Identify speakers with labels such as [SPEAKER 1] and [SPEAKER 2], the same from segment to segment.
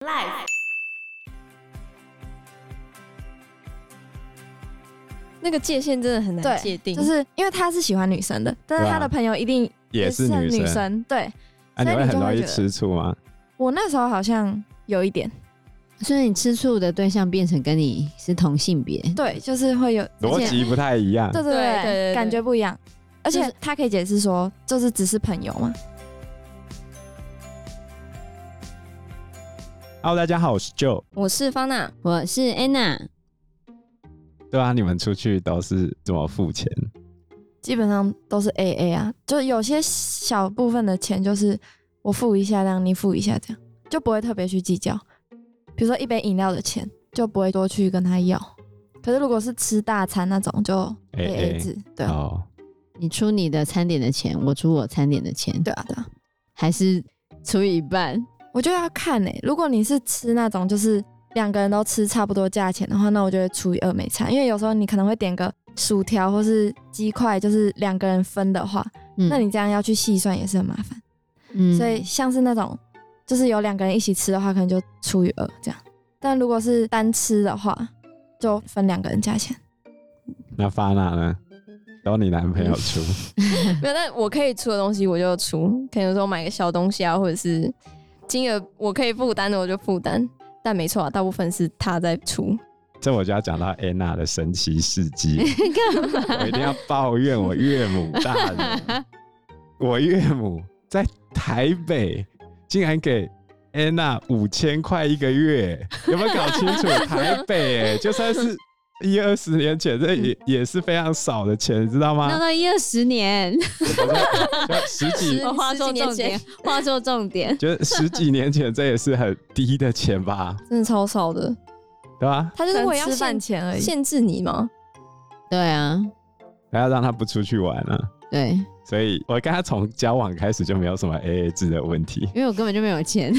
[SPEAKER 1] life。
[SPEAKER 2] 那个界限真的很难
[SPEAKER 3] 对
[SPEAKER 2] 界定，
[SPEAKER 3] 就是因为他是喜欢女生的，但是
[SPEAKER 4] 对啊
[SPEAKER 3] 他的朋友一定
[SPEAKER 4] 也是女
[SPEAKER 3] 生。
[SPEAKER 4] 生，
[SPEAKER 3] 对
[SPEAKER 4] 啊，你
[SPEAKER 3] 所以
[SPEAKER 4] 会
[SPEAKER 3] 你
[SPEAKER 4] 很
[SPEAKER 3] 就
[SPEAKER 4] 容
[SPEAKER 3] 会
[SPEAKER 4] 易
[SPEAKER 3] 觉得
[SPEAKER 4] 吃醋吗？
[SPEAKER 3] 我那时候好像有一点，
[SPEAKER 5] 所以你吃醋的对象变成跟你是同性别，
[SPEAKER 3] 对，就是会有而
[SPEAKER 4] 逻
[SPEAKER 3] 且
[SPEAKER 4] 辑不太一样，
[SPEAKER 3] 对对
[SPEAKER 2] 对对对对
[SPEAKER 3] 感觉不一样。而
[SPEAKER 2] 就是
[SPEAKER 3] 且他可以解释说，就是只是朋友嘛。
[SPEAKER 4] Hello，大家好，我是 Joe。
[SPEAKER 2] 我是方娜，
[SPEAKER 5] 我是 Anna，
[SPEAKER 4] 对啊，你们出去都是怎么付钱？
[SPEAKER 3] 基本上都是 A A 啊，就有些小部分的钱就是我付一下，让你付一下，这样就不会特别去计较。比如说一杯饮料的钱，就不会多去跟他要。可是如果是吃大餐那种，就 A
[SPEAKER 4] AA
[SPEAKER 3] A 制，对啊，
[SPEAKER 4] 哦，
[SPEAKER 5] 你出你的餐点的钱，我出我餐点的钱，
[SPEAKER 3] 对啊，对啊。
[SPEAKER 5] 还是除以一半？
[SPEAKER 3] 我觉得要看诶、如果你是吃那种就是两个人都吃差不多价钱的话，那我就会除以二没差，因为有时候你可能会点个薯条或是鸡块，就是两个人分的话，
[SPEAKER 5] 嗯
[SPEAKER 3] 那你这样要去细算也是很麻烦。
[SPEAKER 5] 嗯
[SPEAKER 3] 所以像是那种就是有两个人一起吃的话，可能就除以二这样。但如果是单吃的话，就分两个人 价钱。
[SPEAKER 4] 那发娜呢？都你男朋友出，
[SPEAKER 2] 没有，但我可以出的东西我就出，可能说买个小东西啊，或者是金额我可以负担的我就负担。但没错啊，大部分是他在出，
[SPEAKER 4] 这我就要讲到 Anna 的神奇事迹。我一定要抱怨我岳母大人，我岳母在台北竟然给 Anna 五千块一个月，有没有搞清楚？台北、欸、就算是一二十年前，这也也是非常少的钱，你知道
[SPEAKER 5] 闹
[SPEAKER 4] 吗？
[SPEAKER 5] 到一二十年，
[SPEAKER 4] 就十几
[SPEAKER 2] 十
[SPEAKER 5] 话说重
[SPEAKER 2] 十几年
[SPEAKER 5] 点，话说重点，
[SPEAKER 4] 就是十几年前，这也是很低的钱吧，
[SPEAKER 2] 真的超少的。
[SPEAKER 4] 对吧？
[SPEAKER 2] 他就
[SPEAKER 3] 可
[SPEAKER 2] 是
[SPEAKER 3] 能
[SPEAKER 2] 我要
[SPEAKER 3] 吃饭
[SPEAKER 2] 限
[SPEAKER 3] 钱而已，
[SPEAKER 2] 限制你吗？
[SPEAKER 5] 对啊，
[SPEAKER 4] 还要让他不出去玩啊，
[SPEAKER 5] 对，
[SPEAKER 4] 所以我跟他从交往开始就没有什么 AA 制的问题。
[SPEAKER 5] 因为我根本就没有钱，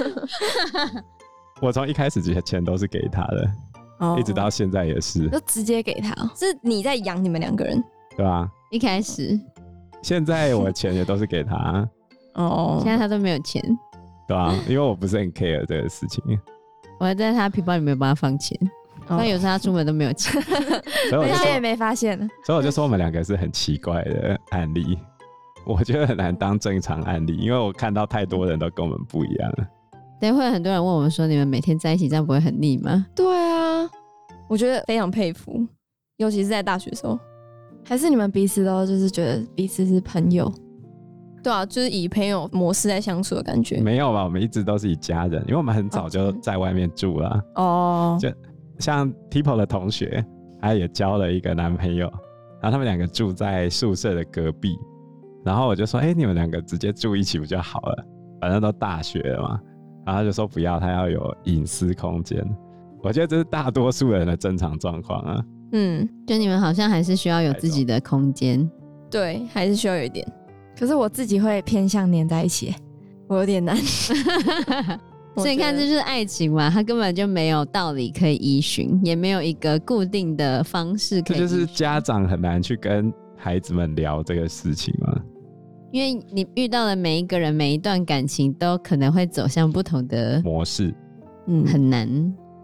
[SPEAKER 4] 我从一开始之前都是给他的，
[SPEAKER 2] 哦
[SPEAKER 4] 一直到现在也是，
[SPEAKER 3] 就直接给他、哦。
[SPEAKER 2] 是你在养你们两个人
[SPEAKER 4] 对吧、
[SPEAKER 5] 一开始，
[SPEAKER 4] 现在我钱也都是给他，
[SPEAKER 2] 哦
[SPEAKER 5] 现在他都没有钱，
[SPEAKER 4] 对吧、
[SPEAKER 3] 嗯
[SPEAKER 4] 因为我不是很 care 这个事 情，
[SPEAKER 5] 我还在他皮包里面帮他放钱，不
[SPEAKER 2] 哦
[SPEAKER 5] 然有时候他出门都没有钱。
[SPEAKER 4] 所以我
[SPEAKER 3] 而
[SPEAKER 4] 就
[SPEAKER 3] 啊且也
[SPEAKER 4] 说，
[SPEAKER 3] 没发现呢。
[SPEAKER 4] 所以我就说我们两个是很奇怪的案例，我觉得很难当正常案例，因为我看到太多人都跟我们不一样了。
[SPEAKER 5] 等会很多人问我们说，你们每天在一起这样不会很腻吗？
[SPEAKER 2] 对啊，我觉得非常佩服，尤其是在大学的时候。
[SPEAKER 3] 还是你们彼此都就是觉得彼此是朋友，
[SPEAKER 2] 对啊，就是以朋友模式在相处的感
[SPEAKER 3] 嗯
[SPEAKER 2] 觉。
[SPEAKER 4] 没有吧？我们一直都是一家人，因为我们很早
[SPEAKER 3] 哦
[SPEAKER 4] 就在外面住了。啊
[SPEAKER 2] 哦
[SPEAKER 4] 就像 Tipo 的同学，她也交了一个男朋友，然后他们两个住在宿舍的隔壁，然后我就说，哎、你们两个直接住一起不就好了？反正都大学了嘛。然后他就说不要，他要有隐私空间。我觉得这是大多数人的正常状况啊。
[SPEAKER 2] 嗯，
[SPEAKER 5] 就你们好像还是需要有自己的空间。
[SPEAKER 2] 对，还是需要有一点，
[SPEAKER 3] 可是我自己会偏向黏在一起。
[SPEAKER 2] 我有 点难。
[SPEAKER 5] 所以你看，这就是爱情嘛，它根本就没有道理可以依循，也没有一个固定的方式可
[SPEAKER 4] 这
[SPEAKER 5] 以依
[SPEAKER 4] 就
[SPEAKER 5] 循。
[SPEAKER 4] 是家长很难去跟孩子们聊这个事情嘛。
[SPEAKER 5] 因为你遇到的每一个人、每一段感情都可能会走向不同的，
[SPEAKER 4] 模式
[SPEAKER 2] 嗯
[SPEAKER 5] 很难。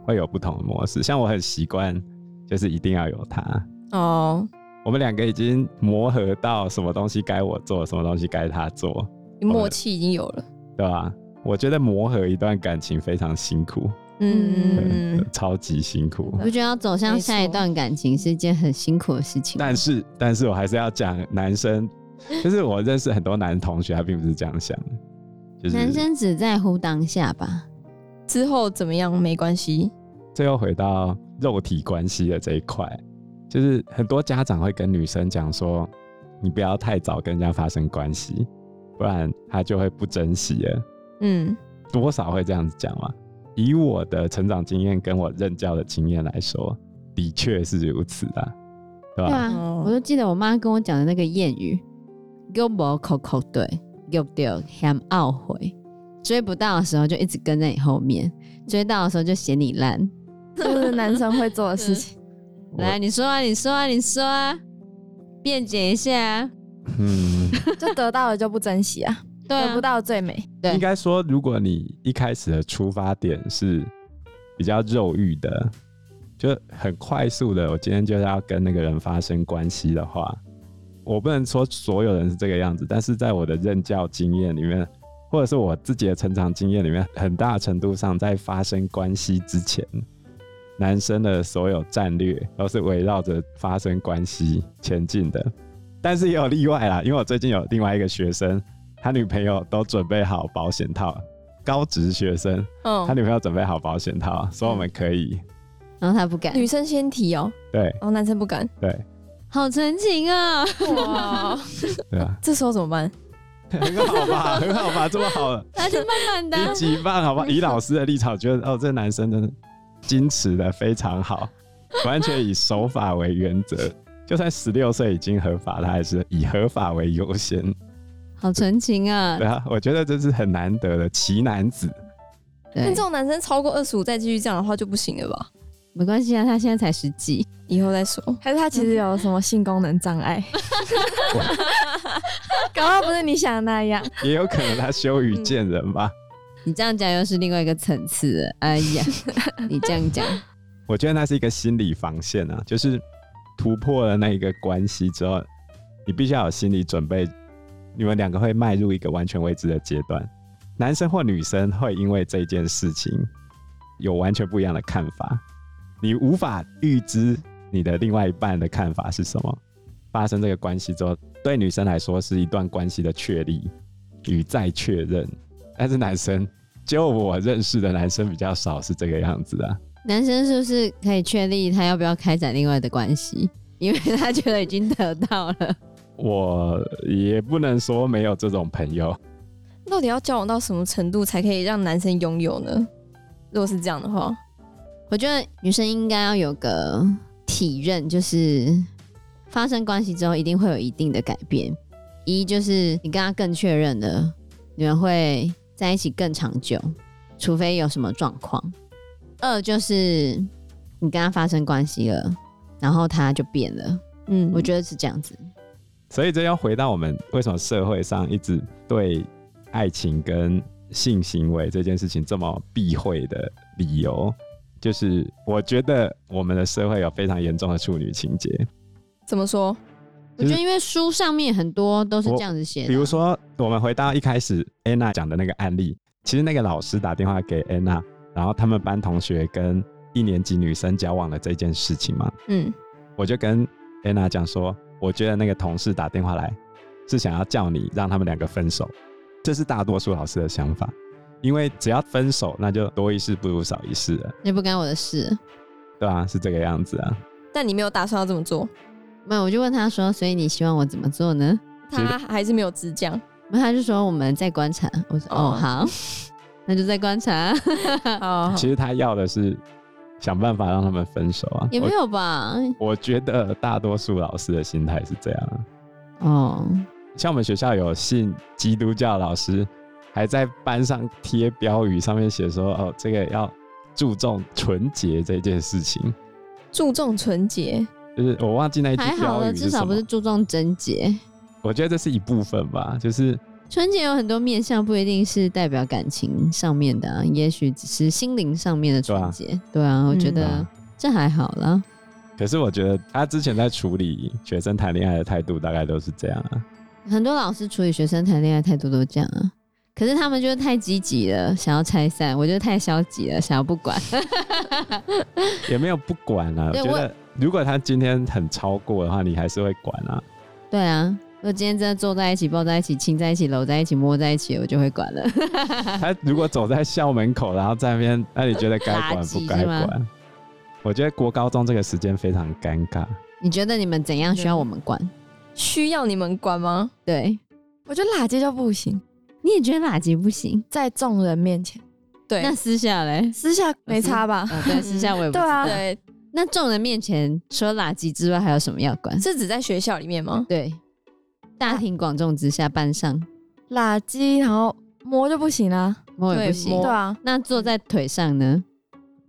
[SPEAKER 4] 会有不同的模式，像我很习惯，就是一定要有他。
[SPEAKER 2] 哦，
[SPEAKER 4] 我们两个已经磨合到什么东西该我做，什么东西该他做，
[SPEAKER 2] 默契已经有了。
[SPEAKER 4] 对吧？我觉得磨合一段感情非常辛苦，
[SPEAKER 2] 嗯，
[SPEAKER 4] 超级辛苦。
[SPEAKER 5] 我觉得要走向下一段感情是一件很辛苦的事情。
[SPEAKER 4] 但是，但是我还是要讲，男生就是我认识很多男同学，他并不是这样想的，就是
[SPEAKER 5] 男生只在乎当下吧。
[SPEAKER 2] 之后怎么样没关系。
[SPEAKER 4] 最后回到肉体关系的这一块，就是很多家长会跟女生讲说，你不要太早跟人家发生关系，不然他就会不珍惜了。
[SPEAKER 2] 嗯，
[SPEAKER 4] 多少会这样子讲嘛。以我的成长经验跟我任教的经验来说，的确是如此的，对吧？
[SPEAKER 5] 对啊，
[SPEAKER 2] 哦
[SPEAKER 5] 我就记得我妈跟我讲的那个谚语 g o b o 口口对 g o b d 很懊悔，追不到的时候就一直跟在你后面，追到的时候就嫌你烂。
[SPEAKER 3] 就是男生会做的事 情。
[SPEAKER 4] 我
[SPEAKER 5] 来，你说啊，你说啊，你说啊，辩解一下啊。
[SPEAKER 4] 嗯，
[SPEAKER 3] 就得到了就不珍惜啊。
[SPEAKER 5] 对
[SPEAKER 3] 得
[SPEAKER 5] 啊
[SPEAKER 3] 不，到最美。
[SPEAKER 5] 对
[SPEAKER 4] 应该说，如果你一开始的出发点是比较肉欲的，就很快速的，我今天就是要跟那个人发生关系的话，我不能说所有人是这个样子，但是在我的任教经验里面，或者是我自己的成长经验里面，很大程度上在发生关系之前，男生的所有战略都是围绕着发生关系前进的。但是也有例外啦，因为我最近有另外一个学生，他女朋友都准备好保险套，高职学生，
[SPEAKER 3] 哦
[SPEAKER 4] 他
[SPEAKER 2] 嗯，
[SPEAKER 4] 女朋友准备好保险套，说我们可以，
[SPEAKER 5] 然后他不敢，
[SPEAKER 2] 女生先提哦，
[SPEAKER 4] 对
[SPEAKER 2] 然后男生不敢，
[SPEAKER 4] 对
[SPEAKER 5] 好纯情啊！
[SPEAKER 2] 哇，？
[SPEAKER 4] 对啊吧
[SPEAKER 2] 这时候怎么办？
[SPEAKER 4] 很好 吧，很好吧，这么好，
[SPEAKER 5] 他就慢慢 的啊
[SPEAKER 4] 你几棒好吧？以老师的立场，觉得哦，这男生真的矜持的非常好，完全以守法为原则。就算十六岁已经合法，他还是以合法为优先，
[SPEAKER 5] 好纯情啊
[SPEAKER 4] 对！啊，我觉得这是很难得的奇男子。
[SPEAKER 5] 对
[SPEAKER 2] 但这，种男生超过二十五再继续这样的话就不行了吧？
[SPEAKER 5] 没关系啊，他现在才十几，
[SPEAKER 2] 以后再说。
[SPEAKER 3] 还是他其实有什么性功能障碍？搞不好不是你想的那样。
[SPEAKER 4] 也有可能他羞于见人吧。
[SPEAKER 5] 你这样讲又是另外一个层次了。哎 呀，你这样讲，
[SPEAKER 4] 我觉得那是一个心理防线啊，就是突破了那一个关系之后，你必须要有心理准备，你们两个会迈入一个完全未知的阶段。男生或女生会因为这件事情有完全不一样的看法，你无法预知你的另外一半的看法是什么。发生这个关系之后，对女生来说是一段关系的确立与再确认，但是男生就我认识的男生比较少是这个样子啊。
[SPEAKER 5] 男生是不是可以确立他要不要开展另外的关系？因为他觉得已经得到了，
[SPEAKER 4] 我也不能说没有这种朋友，
[SPEAKER 2] 到底要交往到什么程度才可以让男生拥有呢？如果是这样的话，
[SPEAKER 5] 我觉得女生应该要有个体认，就是发生关系之后一定会有一定的改变。一就是你跟他更确认了，你们会在一起更长久，除非有什么状况。二就是你跟他发生关系了，然后他就变了，
[SPEAKER 2] 嗯
[SPEAKER 5] 我觉得是这样子。
[SPEAKER 4] 所以这要回到我们为什么社会上一直对爱情跟性行为这件事情这么避讳的理由，就是我觉得我们的社会有非常严重的处女情节。
[SPEAKER 2] 怎么说？
[SPEAKER 5] 我觉得因为书上面很多都是
[SPEAKER 4] 我
[SPEAKER 5] 这样子写的，
[SPEAKER 4] 比如说，我们回到一开始 Anna 讲的那个案例，其实那个老师打电话给 Anna，然后他们班同学跟一年级女生交往的这件事情嘛，
[SPEAKER 2] 嗯，
[SPEAKER 4] 我就跟 Anna 讲说，我觉得那个同事打电话来是想要叫你让他们两个分手，这是大多数老师的想法，因为只要分手，那就多一事不如少一事了，
[SPEAKER 5] 那不干我的事。
[SPEAKER 4] 对啊，是这个样子啊。
[SPEAKER 2] 但你没有打算要这么做，
[SPEAKER 5] 没有，我就问他说：“所以你希望我怎么做呢
[SPEAKER 4] 其实
[SPEAKER 2] 他还是没有直 讲。？”
[SPEAKER 5] 然后他就说：“我们在观察。”我说：“哦，
[SPEAKER 2] 哦
[SPEAKER 5] 好，那就在观察。
[SPEAKER 2] 哦，
[SPEAKER 4] 其实他要的是想办法让他们分手啊”，
[SPEAKER 5] 也没有吧？
[SPEAKER 4] 我。我觉得大多数老师的心态是这样啊，
[SPEAKER 5] 哦，
[SPEAKER 4] 像我们学校有信基督教老师，还在班上贴标语，上面写说：“哦，这个要注重纯洁这件事情。”
[SPEAKER 2] 注重纯洁，
[SPEAKER 4] 就是我忘记那一句
[SPEAKER 5] 还好
[SPEAKER 4] 标
[SPEAKER 5] 了，
[SPEAKER 4] 语
[SPEAKER 5] 至
[SPEAKER 4] 是什
[SPEAKER 5] 少
[SPEAKER 4] 么
[SPEAKER 5] 不是。注重贞洁。
[SPEAKER 4] 我觉得这是一部分吧，就是
[SPEAKER 5] 春节有很多面向，不一定是代表感情上面的、啊，也许只是心灵上面的纯洁。对啊，我觉
[SPEAKER 4] 嗯
[SPEAKER 5] 得这还好啦。
[SPEAKER 4] 可是我觉得他之前在处理学生谈恋爱的态度大概都是这样啊。
[SPEAKER 5] 很多老师处理学生谈恋爱态度都这样啊，可是他们就是太积极了，想要拆散；我就太消极了，想要不管。
[SPEAKER 4] 也没有不管啊。我
[SPEAKER 5] 对
[SPEAKER 4] 觉
[SPEAKER 5] 我
[SPEAKER 4] 得如果他今天很超过的话，你还是会管 啊。
[SPEAKER 5] 对啊，如果今天真的坐在一起、抱在一起、亲在一起、搂在一起、摸在一起，我就会管了。
[SPEAKER 4] 他如果走在校门口，然后在那边，那你觉得该
[SPEAKER 5] 垃
[SPEAKER 4] 管
[SPEAKER 5] 圾
[SPEAKER 4] 不该
[SPEAKER 5] 是吗
[SPEAKER 4] 管？我觉得国高中这个时间非常尴尬。
[SPEAKER 5] 你觉得你们怎样需要我们管？
[SPEAKER 2] 需要你们管吗？
[SPEAKER 5] 对，
[SPEAKER 3] 我觉得垃圾就不行，
[SPEAKER 5] 你也觉得垃圾不行？
[SPEAKER 3] 在众人面前，
[SPEAKER 2] 对
[SPEAKER 5] 那私下嘞？
[SPEAKER 3] 私下没差吧？
[SPEAKER 5] 哦， 对，私下我也不知
[SPEAKER 3] 对
[SPEAKER 5] 道。
[SPEAKER 3] 啊
[SPEAKER 2] 对，
[SPEAKER 5] 那众人面前除了垃圾之外，还有什么要管？
[SPEAKER 2] 是指在学校里面吗？
[SPEAKER 5] 对，大庭广众之下，班上
[SPEAKER 3] 垃圾，然后摸就不行啦、
[SPEAKER 5] 摸也
[SPEAKER 2] 对
[SPEAKER 5] 不行
[SPEAKER 2] 摸
[SPEAKER 3] 对。啊，
[SPEAKER 5] 那坐在腿上呢？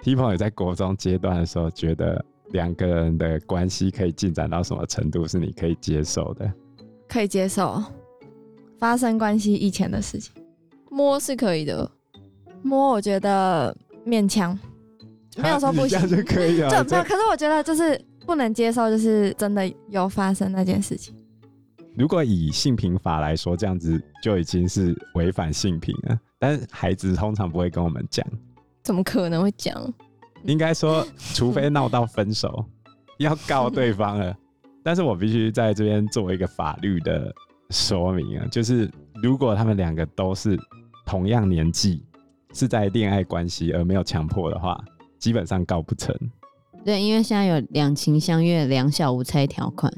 [SPEAKER 4] T 朋友在国中阶段的时候，觉得两个人的关系可以进展到什么程度是你可以接受的。
[SPEAKER 3] 可以接受。发生关系以前的事情。
[SPEAKER 2] 摸是可以的，
[SPEAKER 3] 摸我觉得勉强，没有说不
[SPEAKER 4] 你这
[SPEAKER 3] 行
[SPEAKER 4] 样，就 可以
[SPEAKER 3] 就
[SPEAKER 4] 了。
[SPEAKER 3] 没有。
[SPEAKER 4] 啊这
[SPEAKER 3] 可是我觉得就是不能接受，就是真的有发生那件事情。
[SPEAKER 4] 如果以性平法来说，这样子就已经是违反性平了。但是孩子通常不会跟我们讲，
[SPEAKER 2] 怎么可能会讲？
[SPEAKER 4] 应该说，除非闹到分手，要告对方了。但是我必须在这边做一个法律的说明啊，就是如果他们两个都是同样年纪，是在恋爱关系而没有强迫的话，基本上告不成。
[SPEAKER 5] 对，因为现在有两情相悦、两小无猜条款，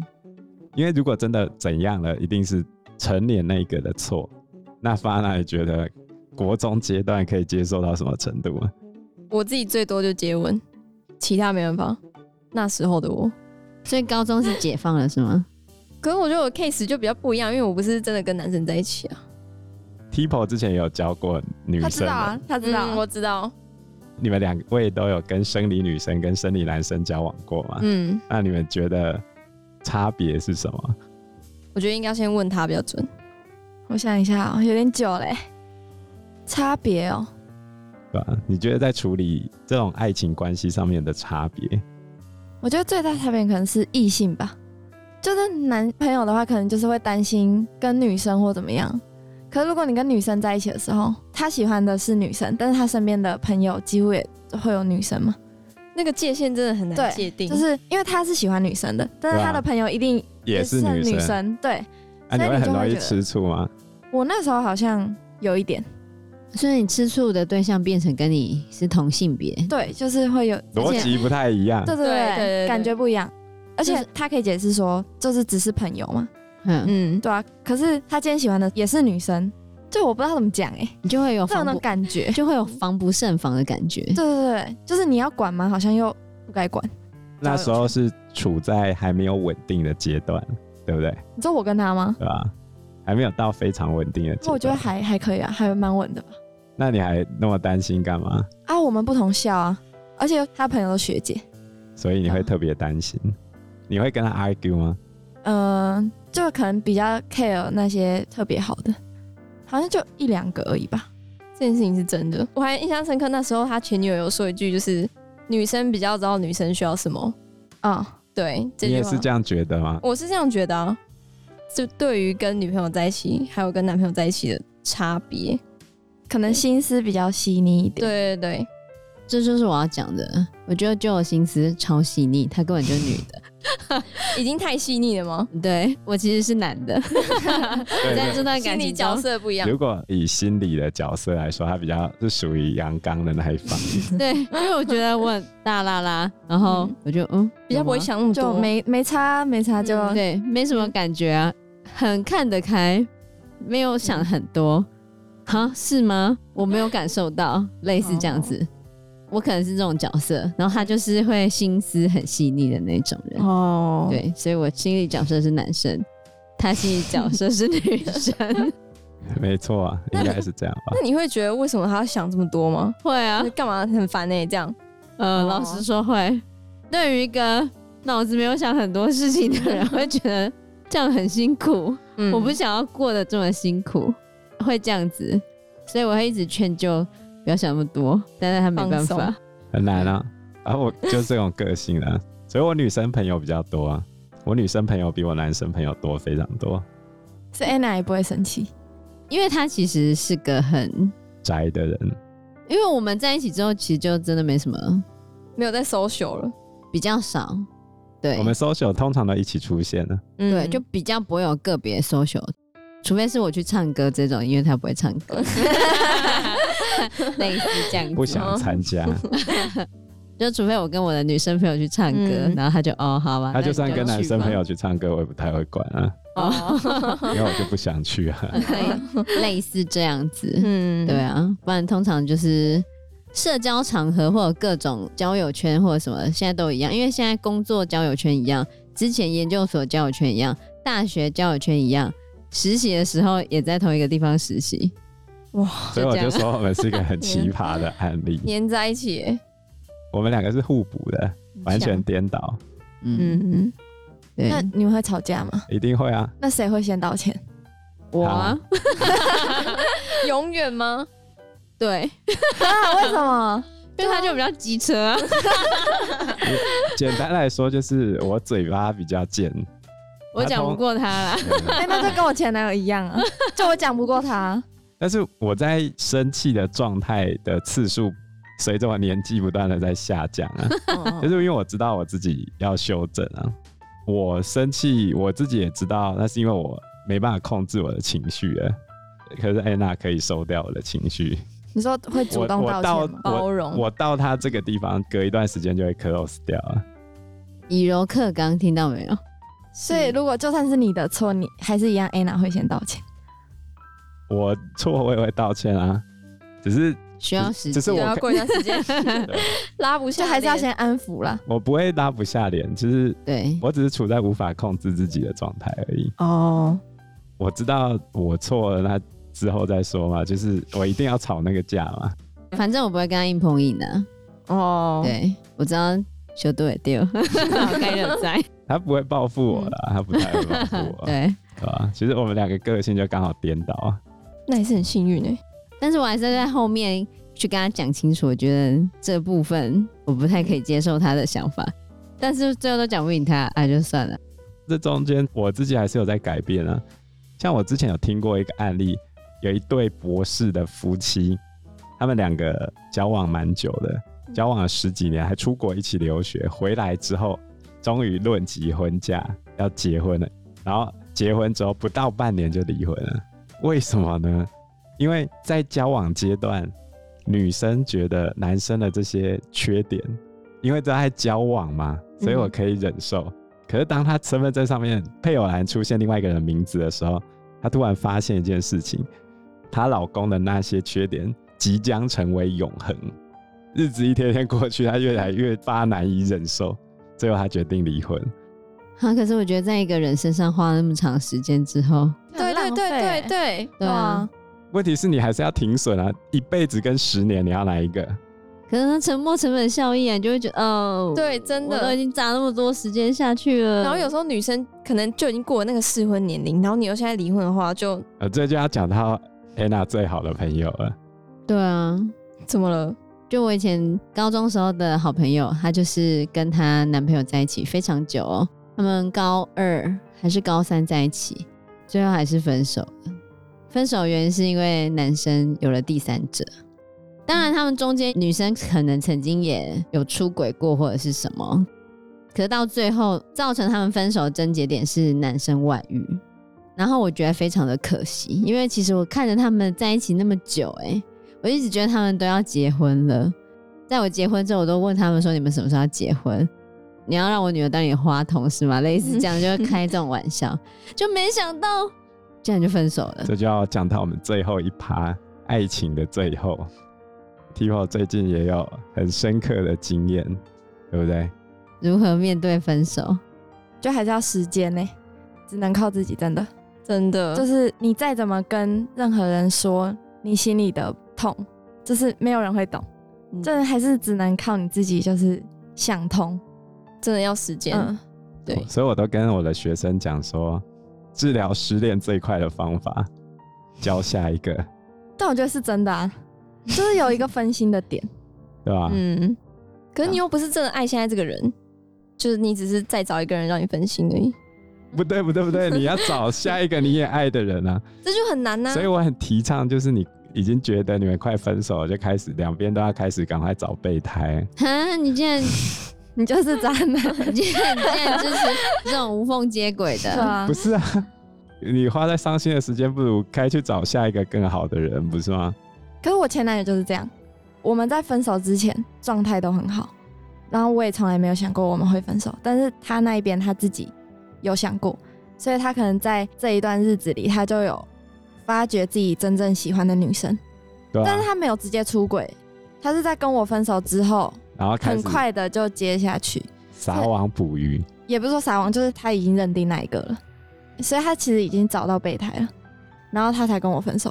[SPEAKER 4] 因为如果真的怎样了，一定是成年那一个的错。那发那你觉得国中阶段可以接受到什么程度啊？
[SPEAKER 2] 我自己最多就接吻，其他没办法。那时候的我，
[SPEAKER 5] 所以高中是解放了是吗？
[SPEAKER 2] 可是我觉得我 case 就比较不一样，因为我不是真的跟男生在一起啊。
[SPEAKER 4] t i p o 之前也有教过女
[SPEAKER 3] 他知
[SPEAKER 4] 生
[SPEAKER 3] 道
[SPEAKER 4] 嘛，
[SPEAKER 3] 啊，他知道啊、
[SPEAKER 2] 嗯我知道。
[SPEAKER 4] 你们两位都有跟生理女生跟生理男生交往过吗？
[SPEAKER 2] 嗯，
[SPEAKER 4] 那你们觉得差别是什么？
[SPEAKER 2] 我觉得应该先问他比较准。
[SPEAKER 3] 我想一下、哦，有点久嘞、差别哦，
[SPEAKER 4] 对吧？你觉得在处理这种爱情关系上面的差别，
[SPEAKER 3] 我觉得最大差别可能是异性吧，就是男朋友的话，可能就是会担心跟女生或怎么样。可是如果你跟女生在一起的时候，他喜欢的是女生，但是他身边的朋友几乎也会有女生嘛，
[SPEAKER 2] 那个界限真的很难
[SPEAKER 3] 对
[SPEAKER 2] 界
[SPEAKER 5] 嗯
[SPEAKER 2] 定，
[SPEAKER 3] 就是因为他是喜欢女生的，但是他的朋友一定
[SPEAKER 4] 啊也是
[SPEAKER 3] 女
[SPEAKER 4] 女生，
[SPEAKER 3] 生对
[SPEAKER 4] 啊，你
[SPEAKER 3] 所以
[SPEAKER 4] 会
[SPEAKER 3] 你就
[SPEAKER 4] 很容
[SPEAKER 3] 会
[SPEAKER 4] 易
[SPEAKER 3] 觉得
[SPEAKER 4] 吃醋吗？
[SPEAKER 3] 我那时候好像有一点，
[SPEAKER 5] 所以你吃醋的对象变成跟你是同性别，
[SPEAKER 3] 对，就是会有
[SPEAKER 4] 逻辑不太一样，
[SPEAKER 3] 对对对
[SPEAKER 2] 对对对
[SPEAKER 3] 感觉不一样。而
[SPEAKER 5] 就是
[SPEAKER 3] 且他可以解释说，就是只是朋友嘛，
[SPEAKER 5] 嗯，
[SPEAKER 2] 嗯，
[SPEAKER 3] 对啊。可是他今天喜欢的也是女生，就我不知道怎么讲哎、欸，
[SPEAKER 5] 你就会有
[SPEAKER 3] 这
[SPEAKER 5] 哦防
[SPEAKER 3] 种
[SPEAKER 5] 不
[SPEAKER 3] 感觉。
[SPEAKER 5] 就会有防不胜防的感觉。
[SPEAKER 3] 对对对，就是你要管吗？好像又不该管。
[SPEAKER 4] 那时候是处在还没有稳定的阶段，对不对？
[SPEAKER 3] 你说我跟他吗？
[SPEAKER 4] 对吧？还没有到非常稳定的阶
[SPEAKER 3] 那
[SPEAKER 4] 段。
[SPEAKER 3] 我觉得还还可以啊，还蛮稳的吧。
[SPEAKER 4] 那你还那么担心干嘛？
[SPEAKER 3] 啊，我们不同校啊，而且他朋友都学姐，
[SPEAKER 4] 所以你会特别担心，你会跟他 argue 吗？
[SPEAKER 3] 嗯、就可能比较 care 那些特别好的，好像就一两个而已吧。
[SPEAKER 2] 这件事情是真的。我还印象深刻，那时候他前女友有说一句，就是女生比较知道女生需要什么。
[SPEAKER 3] 嗯，
[SPEAKER 2] 对，这
[SPEAKER 4] 你
[SPEAKER 2] 句
[SPEAKER 4] 也
[SPEAKER 2] 话
[SPEAKER 4] 是这样觉得吗？
[SPEAKER 2] 我是这样觉得啊。就对于跟女朋友在一起，还有跟男朋友在一起的差别，
[SPEAKER 3] 可能心思比较细腻一点。
[SPEAKER 2] 对对对，
[SPEAKER 5] 这就是我要讲的。我觉得就有心思超细腻，她根本就是女的。
[SPEAKER 2] 已经太细腻了 吗？
[SPEAKER 5] 对我其实是男的，
[SPEAKER 4] 对
[SPEAKER 5] 在这段
[SPEAKER 2] 心
[SPEAKER 5] 感
[SPEAKER 2] 理
[SPEAKER 5] 情
[SPEAKER 2] 角
[SPEAKER 5] 中，
[SPEAKER 2] 色不一样
[SPEAKER 4] 如，果以心理的角色来说，他比较是属于阳刚的那 一方，
[SPEAKER 5] 对，因为我觉得我很大啦啦，然后
[SPEAKER 3] 嗯
[SPEAKER 5] 我就嗯，
[SPEAKER 2] 比较不会
[SPEAKER 5] 有吗
[SPEAKER 2] 想嗯那么
[SPEAKER 3] 就
[SPEAKER 2] 多。
[SPEAKER 3] 没没差没差
[SPEAKER 2] 嗯
[SPEAKER 3] 就、
[SPEAKER 5] 对，没什么感觉啊，很看得开，没有想很多。哈，是吗？我没有感受到类似这样子，
[SPEAKER 2] 哦
[SPEAKER 5] 我可能是这种角色，然后他就是会心思很细腻的那种人，
[SPEAKER 2] 哦，
[SPEAKER 5] 对，所以我心理角色是男生，他心理角色是女生，
[SPEAKER 4] 没错啊，应该是这样吧
[SPEAKER 2] 那。你会觉得为什么他要想这么多吗？
[SPEAKER 5] 会啊
[SPEAKER 2] 就是，干嘛很烦呢、这样哦
[SPEAKER 5] 呃，老实说会，对于一个脑子没有想很多事情的人，会觉得这样很辛苦。
[SPEAKER 2] 嗯
[SPEAKER 5] 我不想要过得这么辛苦，会这样子，所以我会一直劝就不要想那么多，但是他没办
[SPEAKER 2] 放
[SPEAKER 5] 法
[SPEAKER 2] 松，
[SPEAKER 4] 很难啊。然后我就是这种个性啊，所以我女生朋友比较多啊，我女生朋友比我男生朋友多非常多，
[SPEAKER 3] 是 Anna 也不会生气。
[SPEAKER 5] 因为他其实是个很，
[SPEAKER 4] 宅的人
[SPEAKER 5] 因为我们在一起之后，其实就真的没什么，
[SPEAKER 2] 没有在 social 了，
[SPEAKER 5] 比较少，对
[SPEAKER 4] 我，们 social 通常都一起出现啊呢、
[SPEAKER 2] 嗯
[SPEAKER 5] 对，就比较不会有个别 social，除非是我去唱歌这种，因为他不会唱歌， 类似这样子，
[SPEAKER 4] 不
[SPEAKER 3] 哦
[SPEAKER 4] 想参加，
[SPEAKER 5] 就除非我跟我的女生朋友去唱歌，
[SPEAKER 2] 嗯
[SPEAKER 5] 然后他就哦好吧，
[SPEAKER 4] 他就算
[SPEAKER 5] 那你
[SPEAKER 4] 跟男
[SPEAKER 5] 去
[SPEAKER 4] 生
[SPEAKER 5] 吧
[SPEAKER 4] 朋友去唱歌，我也不太会管 啊，
[SPEAKER 5] 哦，
[SPEAKER 4] 因为我就不想 去啊。
[SPEAKER 5] 类 类似这样子，
[SPEAKER 2] 哦嗯
[SPEAKER 5] 对，啊，不然通常就是社交场合或者各种交友圈或者什么，现在都一样，因为现在工作交友圈一样，之前研究所交友圈一样，大学交友圈一样，实习的时候也在同一个地方实习，
[SPEAKER 4] 所以我
[SPEAKER 5] 就这
[SPEAKER 4] 就
[SPEAKER 5] 样
[SPEAKER 4] 说我们是一个很奇葩的案例，
[SPEAKER 2] 黏在一起、欸，
[SPEAKER 4] 我们两个是互补的，完全颠倒，
[SPEAKER 5] 嗯，
[SPEAKER 2] 嗯，
[SPEAKER 5] 对
[SPEAKER 3] 那，你们会吵架吗？
[SPEAKER 4] 一定会啊。
[SPEAKER 3] 那谁会先道歉？
[SPEAKER 5] 我啊，
[SPEAKER 2] 永远吗？
[SPEAKER 5] 对，
[SPEAKER 3] 啊，为什么？
[SPEAKER 5] 因为他就比较机车啊。
[SPEAKER 4] 简单来说就是我嘴巴比较贱，
[SPEAKER 5] 我讲不过他啦。
[SPEAKER 4] 嗯
[SPEAKER 3] 哎、那就跟我前男友一样啊，就我讲不过他，啊
[SPEAKER 4] 但是我在生气的状态的次数，随着我年纪不断的在下降啊。
[SPEAKER 2] 哦
[SPEAKER 4] 就是因为我知道我自己要修正啊。我生气，我自己也知道，那是因为我没办法控制我的情绪了。可是安娜可以收掉我的情绪，
[SPEAKER 3] 你说会主动
[SPEAKER 4] 我我
[SPEAKER 3] 道
[SPEAKER 4] 到
[SPEAKER 3] 歉吗？
[SPEAKER 2] 包容
[SPEAKER 4] 我到她这个地方，隔一段时间就会 close 掉啊。
[SPEAKER 5] 以柔克刚，听到没有？
[SPEAKER 3] 所以如果就算是你的错，你还是一样，Anna 会先道歉。
[SPEAKER 4] 我错我也会道歉啊，只是
[SPEAKER 5] 需要时
[SPEAKER 4] 只是
[SPEAKER 5] 间。
[SPEAKER 4] 我
[SPEAKER 2] 对
[SPEAKER 4] 啊
[SPEAKER 2] 啊，
[SPEAKER 4] 可
[SPEAKER 2] 过一段时 间拉不
[SPEAKER 3] 就
[SPEAKER 2] 下，
[SPEAKER 3] 还是要。先安抚啦。
[SPEAKER 4] 我不会拉不下脸，就是
[SPEAKER 5] 对，
[SPEAKER 4] 我只是处在无法控制自己的状态而已。
[SPEAKER 3] 哦，
[SPEAKER 4] 我知道我错了，那之后再说嘛，就是我一定要吵那个架嘛。
[SPEAKER 5] 反正我不会跟他硬碰硬的、啊。
[SPEAKER 3] 哦，
[SPEAKER 5] 对，我知道修对 丢，好该人在。
[SPEAKER 4] 他不会报复我啦，他不太会报复
[SPEAKER 2] 啊
[SPEAKER 4] 我，
[SPEAKER 5] 对，
[SPEAKER 4] 对吧？其实我们两个个性就刚好颠倒啊。
[SPEAKER 2] 那也是很幸运哎、
[SPEAKER 5] 但是我还是在后面去跟他讲清楚，我觉得这部分我不太可以接受他的想法，但是最后都讲不赢他，哎、就算了。
[SPEAKER 4] 这中间我自己还是有在改变啊。像我之前有听过一个案例，有一对博士的夫妻，他们两个交往蛮久的，交往了十几年，还出国一起留学，回来之后终于论及婚嫁，要结婚了。然后结婚之后不到半年就离婚了，为什么呢？因为在交往阶段，女生觉得男生的这些缺点，因为都在交往嘛，所以我可以忍受。可是当他身份证上面配偶栏出现另外一个人的名字的时候，她突然发现一件事情：她老公的那些缺点即将成为永恒。日子一天天过去，她越来越发难以忍受，最后她决定离婚。
[SPEAKER 5] 啊，可是我觉得在一个人身上花那么长时间之后，
[SPEAKER 2] 对
[SPEAKER 3] 啊
[SPEAKER 2] 对对对对，
[SPEAKER 5] 对啊，
[SPEAKER 4] 问题是你还是要停损啊，一辈子跟十年，你要哪一个？
[SPEAKER 5] 可是那沉没成本效益啊，你就会觉得，哦，
[SPEAKER 2] 对，真
[SPEAKER 5] 我都已
[SPEAKER 2] 的。
[SPEAKER 5] 经呃砸那么多时间下去了。
[SPEAKER 2] 然后有时候女生可能就已经过了那个适婚年龄，然后你又现在离婚的话，就
[SPEAKER 4] 呃，这就要讲到安娜最好的朋友了。
[SPEAKER 5] 对啊，
[SPEAKER 2] 怎么了？
[SPEAKER 5] 就我以前高中时候的好朋友，她就是跟她男朋友在一起非常久哦，他们高二还是高三在一起，最后还是分手了。分手原因是因为男生有了第三者，当然他们中间女生可能曾经也有出轨过或者是什么，可是到最后造成他们分手的症结点是男生外遇，然后我觉得非常的可惜，因为其实我看着他们在一起那么久、欸，我一直觉得他们都要结婚了。在我结婚之后，我都问他们说：“你们什么时候要结婚？你要让我女儿当你的花童是吗？”类似这样，就会开这种玩笑，就没想到竟然就分手了。
[SPEAKER 4] 这就要讲到我们最后一趴，爱情的最后。Tipo 最近也有很深刻的经验，对不对？
[SPEAKER 5] 如何面对分手？
[SPEAKER 3] 就还是要时间呢、只能靠自己，真的。
[SPEAKER 2] 真的，
[SPEAKER 3] 就是你再怎么跟任何人说你心里的痛，就是没有人会懂，
[SPEAKER 2] 嗯
[SPEAKER 3] 这还是只能靠你自己，就是想通。
[SPEAKER 2] 真的要时间。
[SPEAKER 3] 嗯，
[SPEAKER 2] 对
[SPEAKER 4] 所以我都跟我的学生讲说，治疗失恋最快的方法，交下一个，
[SPEAKER 3] 但我觉得是真的啊，就是有一个分心的点。
[SPEAKER 4] 对吧？
[SPEAKER 2] 嗯，可是你又不是真的爱现在这个
[SPEAKER 4] 啊
[SPEAKER 2] 人，就是你只是再找一个人让你分心而已，
[SPEAKER 4] 不对，不对，不对，你要找下一个你也爱的人啊。
[SPEAKER 2] 这就很难呐、
[SPEAKER 4] 所以我很提倡，就是你已经觉得你们快分手了，就开始两边都要开始赶快找备胎。
[SPEAKER 5] 哈，你竟然， 你
[SPEAKER 3] 你就是渣男，啊
[SPEAKER 5] 竟然，你竟然支持这种无缝接轨
[SPEAKER 3] 对
[SPEAKER 5] 的？
[SPEAKER 3] 啊
[SPEAKER 4] 不，是啊， 你花在伤心的时间，不如该去找下一个更好的人，不是吗？
[SPEAKER 3] 可是我前男友就是这样，我们在分手之前状态都很好，然后我也从来没有想过我们会分手，但是他那一边他自己有想过，所以他可能在这一段日子里，他就有发掘自己真正喜欢的女生，
[SPEAKER 4] 对啊吧、
[SPEAKER 3] 但是他没有直接出轨，他是在跟我分手之后，
[SPEAKER 4] 然后开
[SPEAKER 3] 很
[SPEAKER 4] 始
[SPEAKER 3] 快的就接下去，
[SPEAKER 4] 撒网捕鱼，
[SPEAKER 3] 也不是说撒网，就是他已经认定那一个了，所以他其实已经找到备胎了，然后他才跟我分手，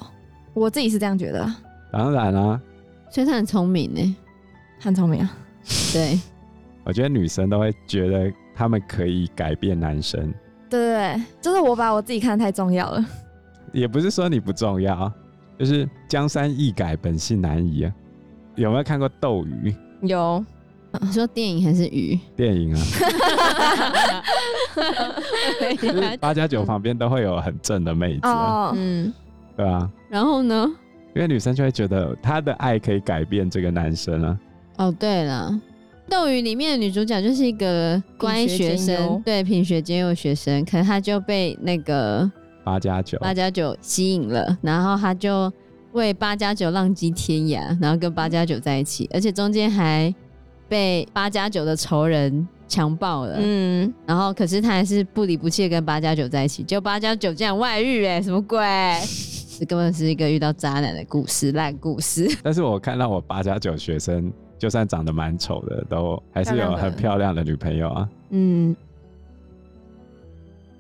[SPEAKER 3] 我自己是这样觉得啊，
[SPEAKER 4] 当然啊啦、
[SPEAKER 5] 所以他很聪明呢。
[SPEAKER 3] 很聪明啊。
[SPEAKER 5] 对，
[SPEAKER 4] 我觉得女生都会觉得她们可以改变男生，
[SPEAKER 3] 对对对，就是我把我自己看得太重要了，
[SPEAKER 4] 也不是说你不重要，就是江山易改，本性难移啊。有没有看过《斗鱼》
[SPEAKER 2] 有，
[SPEAKER 5] 啊你说电影还是鱼？
[SPEAKER 4] 电影啊？就 是
[SPEAKER 5] 对
[SPEAKER 4] 八加九旁边都会有很正的妹子啊，
[SPEAKER 3] 哦，
[SPEAKER 2] 嗯，
[SPEAKER 4] 对吧、
[SPEAKER 5] 然后呢？
[SPEAKER 4] 因为女生就会觉得她的爱可以改变这个男生啊。
[SPEAKER 5] 哦，对了，《斗鱼》里面的女主角就是一个乖学
[SPEAKER 2] 品学兼
[SPEAKER 5] 生
[SPEAKER 2] 优，
[SPEAKER 5] 对，品学兼优的学生，可她就被那个
[SPEAKER 4] 八加九，
[SPEAKER 5] 八加九吸引了，然后她就为八加九浪迹天涯，然后跟八加九在一起，而且中间还被八加九的仇人强暴了，
[SPEAKER 2] 嗯，
[SPEAKER 5] 然后可是她还是不离不弃的跟八加九在一起，就八加九竟然外遇、哎，什么 鬼？这根本是一个遇到渣男的故事，烂故事。
[SPEAKER 4] 但是我看到我八加九学生，就算长得蛮丑的，都还是有很漂亮的女朋友啊。
[SPEAKER 5] 嗯，